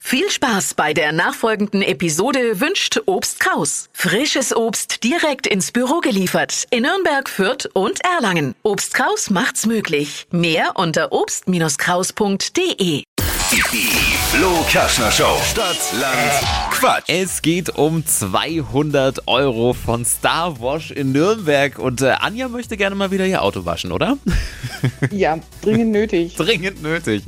Viel Spaß bei der nachfolgenden Episode wünscht Obst Kraus. Frisches Obst direkt ins Büro geliefert in Nürnberg, Fürth und Erlangen. Obst Kraus macht's möglich. Mehr unter obst-kraus.de. Die Flo Kaschner Show. Stadt, Land, Quatsch. Es geht um 200 Euro von Star Wash in Nürnberg und äh, Anja möchte gerne mal wieder ihr Auto waschen, oder? Ja, dringend nötig. Dringend nötig.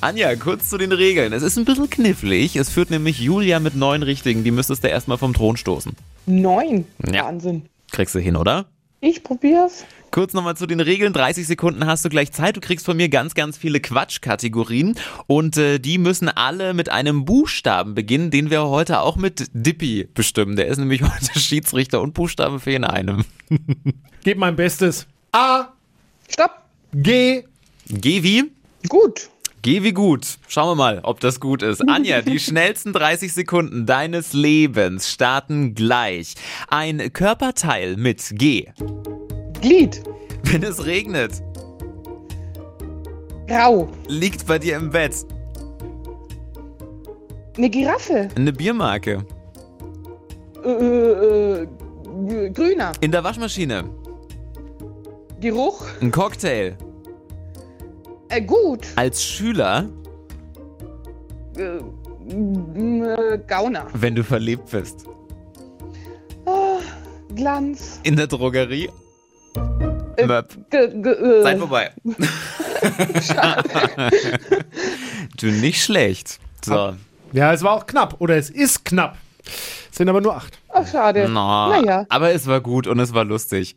Anja, kurz zu den Regeln. Es ist ein bisschen knifflig. Es führt nämlich Julia mit neun Richtigen. Die müsstest du erstmal vom Thron stoßen. Neun. Ja. Wahnsinn. Kriegst du hin, oder? Ich probier's. Kurz nochmal zu den Regeln. 30 Sekunden hast du gleich Zeit. Du kriegst von mir ganz, ganz viele Quatschkategorien. Und äh, die müssen alle mit einem Buchstaben beginnen, den wir heute auch mit Dippy bestimmen. Der ist nämlich heute Schiedsrichter und Buchstabenfee in einem. Gib mein Bestes. Stopp. G. Geh wie? Gut. Geh wie gut. Schauen wir mal, ob das gut ist. Anja, die schnellsten 30 Sekunden deines Lebens starten gleich. Ein Körperteil mit G. Glied. Wenn es regnet, Grau. liegt bei dir im Bett. Eine Giraffe. Eine Biermarke. Äh, äh, äh, grüner. In der Waschmaschine. Geruch. Ein Cocktail. Äh, gut. Als Schüler, Äh, m, äh, Gauner. wenn du verliebt bist. Ah, Glanz. In der Drogerie. Äh, Möp. Ge, ge, äh, Seid vorbei. du nicht schlecht. So. Ja, es war auch knapp. Oder es ist knapp. Es sind aber nur acht. Ach, schade. Na, Naja, Aber es war gut und es war lustig.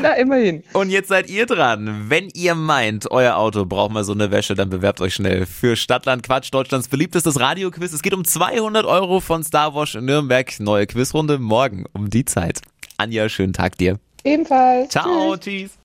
na immerhin. Und jetzt seid ihr dran. Wenn ihr meint, euer Auto braucht mal so eine Wäsche, dann bewerbt euch schnell für Stadtland Quatsch, Deutschlands beliebtestes Radioquiz. Es geht um 200 Euro von Star Wars in Nürnberg. Neue Quizrunde morgen um die Zeit. Anja, schönen Tag dir. Ebenfalls. Ciao, tschüss.